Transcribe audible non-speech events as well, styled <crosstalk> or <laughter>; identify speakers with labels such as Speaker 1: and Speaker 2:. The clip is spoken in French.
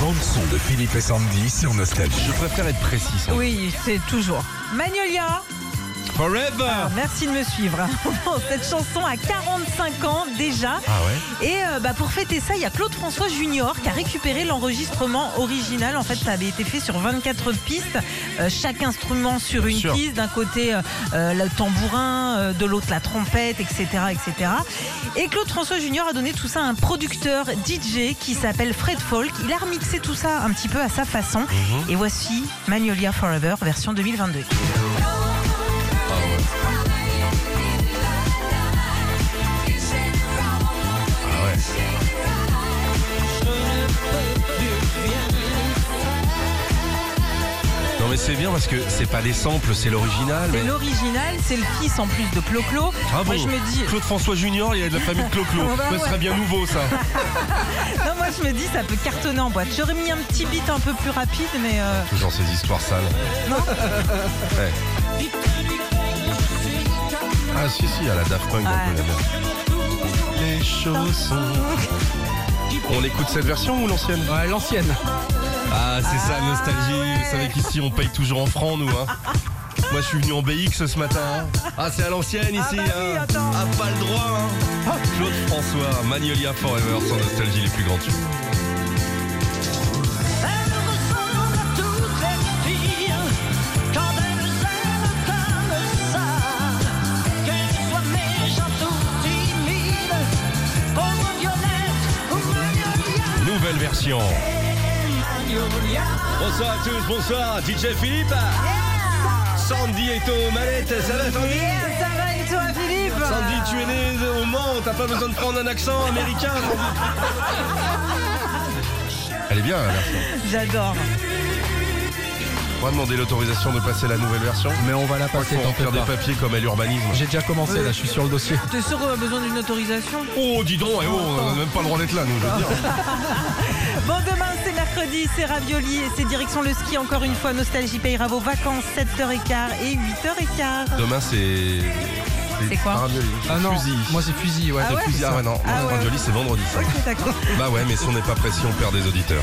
Speaker 1: bande-son de Philippe et Sandy sur Nostalgie.
Speaker 2: Je préfère être précis. ça.
Speaker 3: Oui, c'est toujours. Magnolia,
Speaker 2: Forever
Speaker 3: merci de me suivre. <laughs> Cette chanson a 45 ans déjà.
Speaker 2: Ah ouais
Speaker 3: Et euh, bah, pour fêter ça, il y a Claude François Junior qui a récupéré l'enregistrement original. En fait, ça avait été fait sur 24 pistes, euh, chaque instrument sur une
Speaker 2: sûr.
Speaker 3: piste. D'un côté, euh, euh, le tambourin, euh, de l'autre, la trompette, etc., etc. Et Claude François Junior a donné tout ça à un producteur DJ qui s'appelle Fred Folk. Il a remixé tout ça un petit peu à sa façon.
Speaker 2: Mhm.
Speaker 3: Et voici Magnolia Forever, version 2022.
Speaker 2: Non mais c'est bien parce que c'est pas des samples, c'est l'original.
Speaker 3: C'est
Speaker 2: mais-
Speaker 3: l'original, c'est le fils en plus de Clo-Clo.
Speaker 2: Ah
Speaker 3: Moi,
Speaker 2: bon
Speaker 3: je me dis,
Speaker 2: Claude François Junior, il y a de la famille de
Speaker 3: <laughs>
Speaker 2: Clo-Clo.
Speaker 3: Ah bah
Speaker 2: Ça
Speaker 3: ouais.
Speaker 2: serait bien nouveau ça.
Speaker 3: Non, moi je me dis ça peut cartonner en boîte. J'aurais mis un petit beat un peu plus rapide, mais euh,
Speaker 2: Toujours ces histoires
Speaker 3: <laughs>
Speaker 2: sales. Ouais. Ah si si, à la Daft Punk un peu,
Speaker 3: Ouais.
Speaker 2: la même. Les
Speaker 3: <laughs>
Speaker 2: chaussons. On écoute cette version ou l'ancienne
Speaker 4: Ouais, l'ancienne.
Speaker 2: Ah c'est ça la nostalgie. Vous savez qu'ici on paye toujours en francs nous hein. Moi je suis venu en BX ce matin. hein. Ah c'est à l'ancienne ici.
Speaker 3: Ah bah oui,
Speaker 2: hein.
Speaker 3: attends.
Speaker 2: Ah, pas le droit. hein. Ah, Claude François, Magnolia Forever, sans nostalgie les plus grands tubes.
Speaker 5: Elle ressemble à toutes les filles quand elles aiment comme ça. Qu'elles soient méchantes ou timides, pauvre Violette ou Magnolia.
Speaker 2: Nouvelle version. Bonsoir à tous, bonsoir DJ Philippe. Sandy est aux manettes, ça va Sandy
Speaker 3: Yeah, ça va et toi Philippe
Speaker 2: Sandy, tu es né au Mans, t'as pas besoin de prendre un accent américain. Elle est bien la version.
Speaker 3: J'adore.
Speaker 2: On va demander l'autorisation de passer la nouvelle version.
Speaker 4: Mais on va la
Speaker 2: Faut
Speaker 4: passer, t'en fais
Speaker 2: remplir des
Speaker 4: pas.
Speaker 2: papiers comme à l'urbanisme.
Speaker 4: J'ai déjà commencé là, je suis sur le dossier.
Speaker 3: T'es sûr qu'on a besoin d'une autorisation
Speaker 2: Oh, dis donc, eh oh, on n'a même pas le droit d'être là, nous, je veux dire.
Speaker 3: Bon demain c'est mercredi, c'est Ravioli et c'est direction le ski encore une fois. Nostalgie payera vos vacances 7h15 et 8h15.
Speaker 2: Demain, c'est.
Speaker 3: C'est quoi
Speaker 2: pas ravioli,
Speaker 4: Ah non,
Speaker 2: Fusil.
Speaker 4: moi c'est fusil, ouais.
Speaker 3: Ah
Speaker 4: c'est
Speaker 3: ouais
Speaker 4: fusil,
Speaker 2: Ah ouais, non,
Speaker 3: Ah <laughs> ouais.
Speaker 2: ravioli, c'est vendredi, ça.
Speaker 3: Ok d'accord.
Speaker 2: Bah ouais, mais si on n'est pas précis, on perd des auditeurs.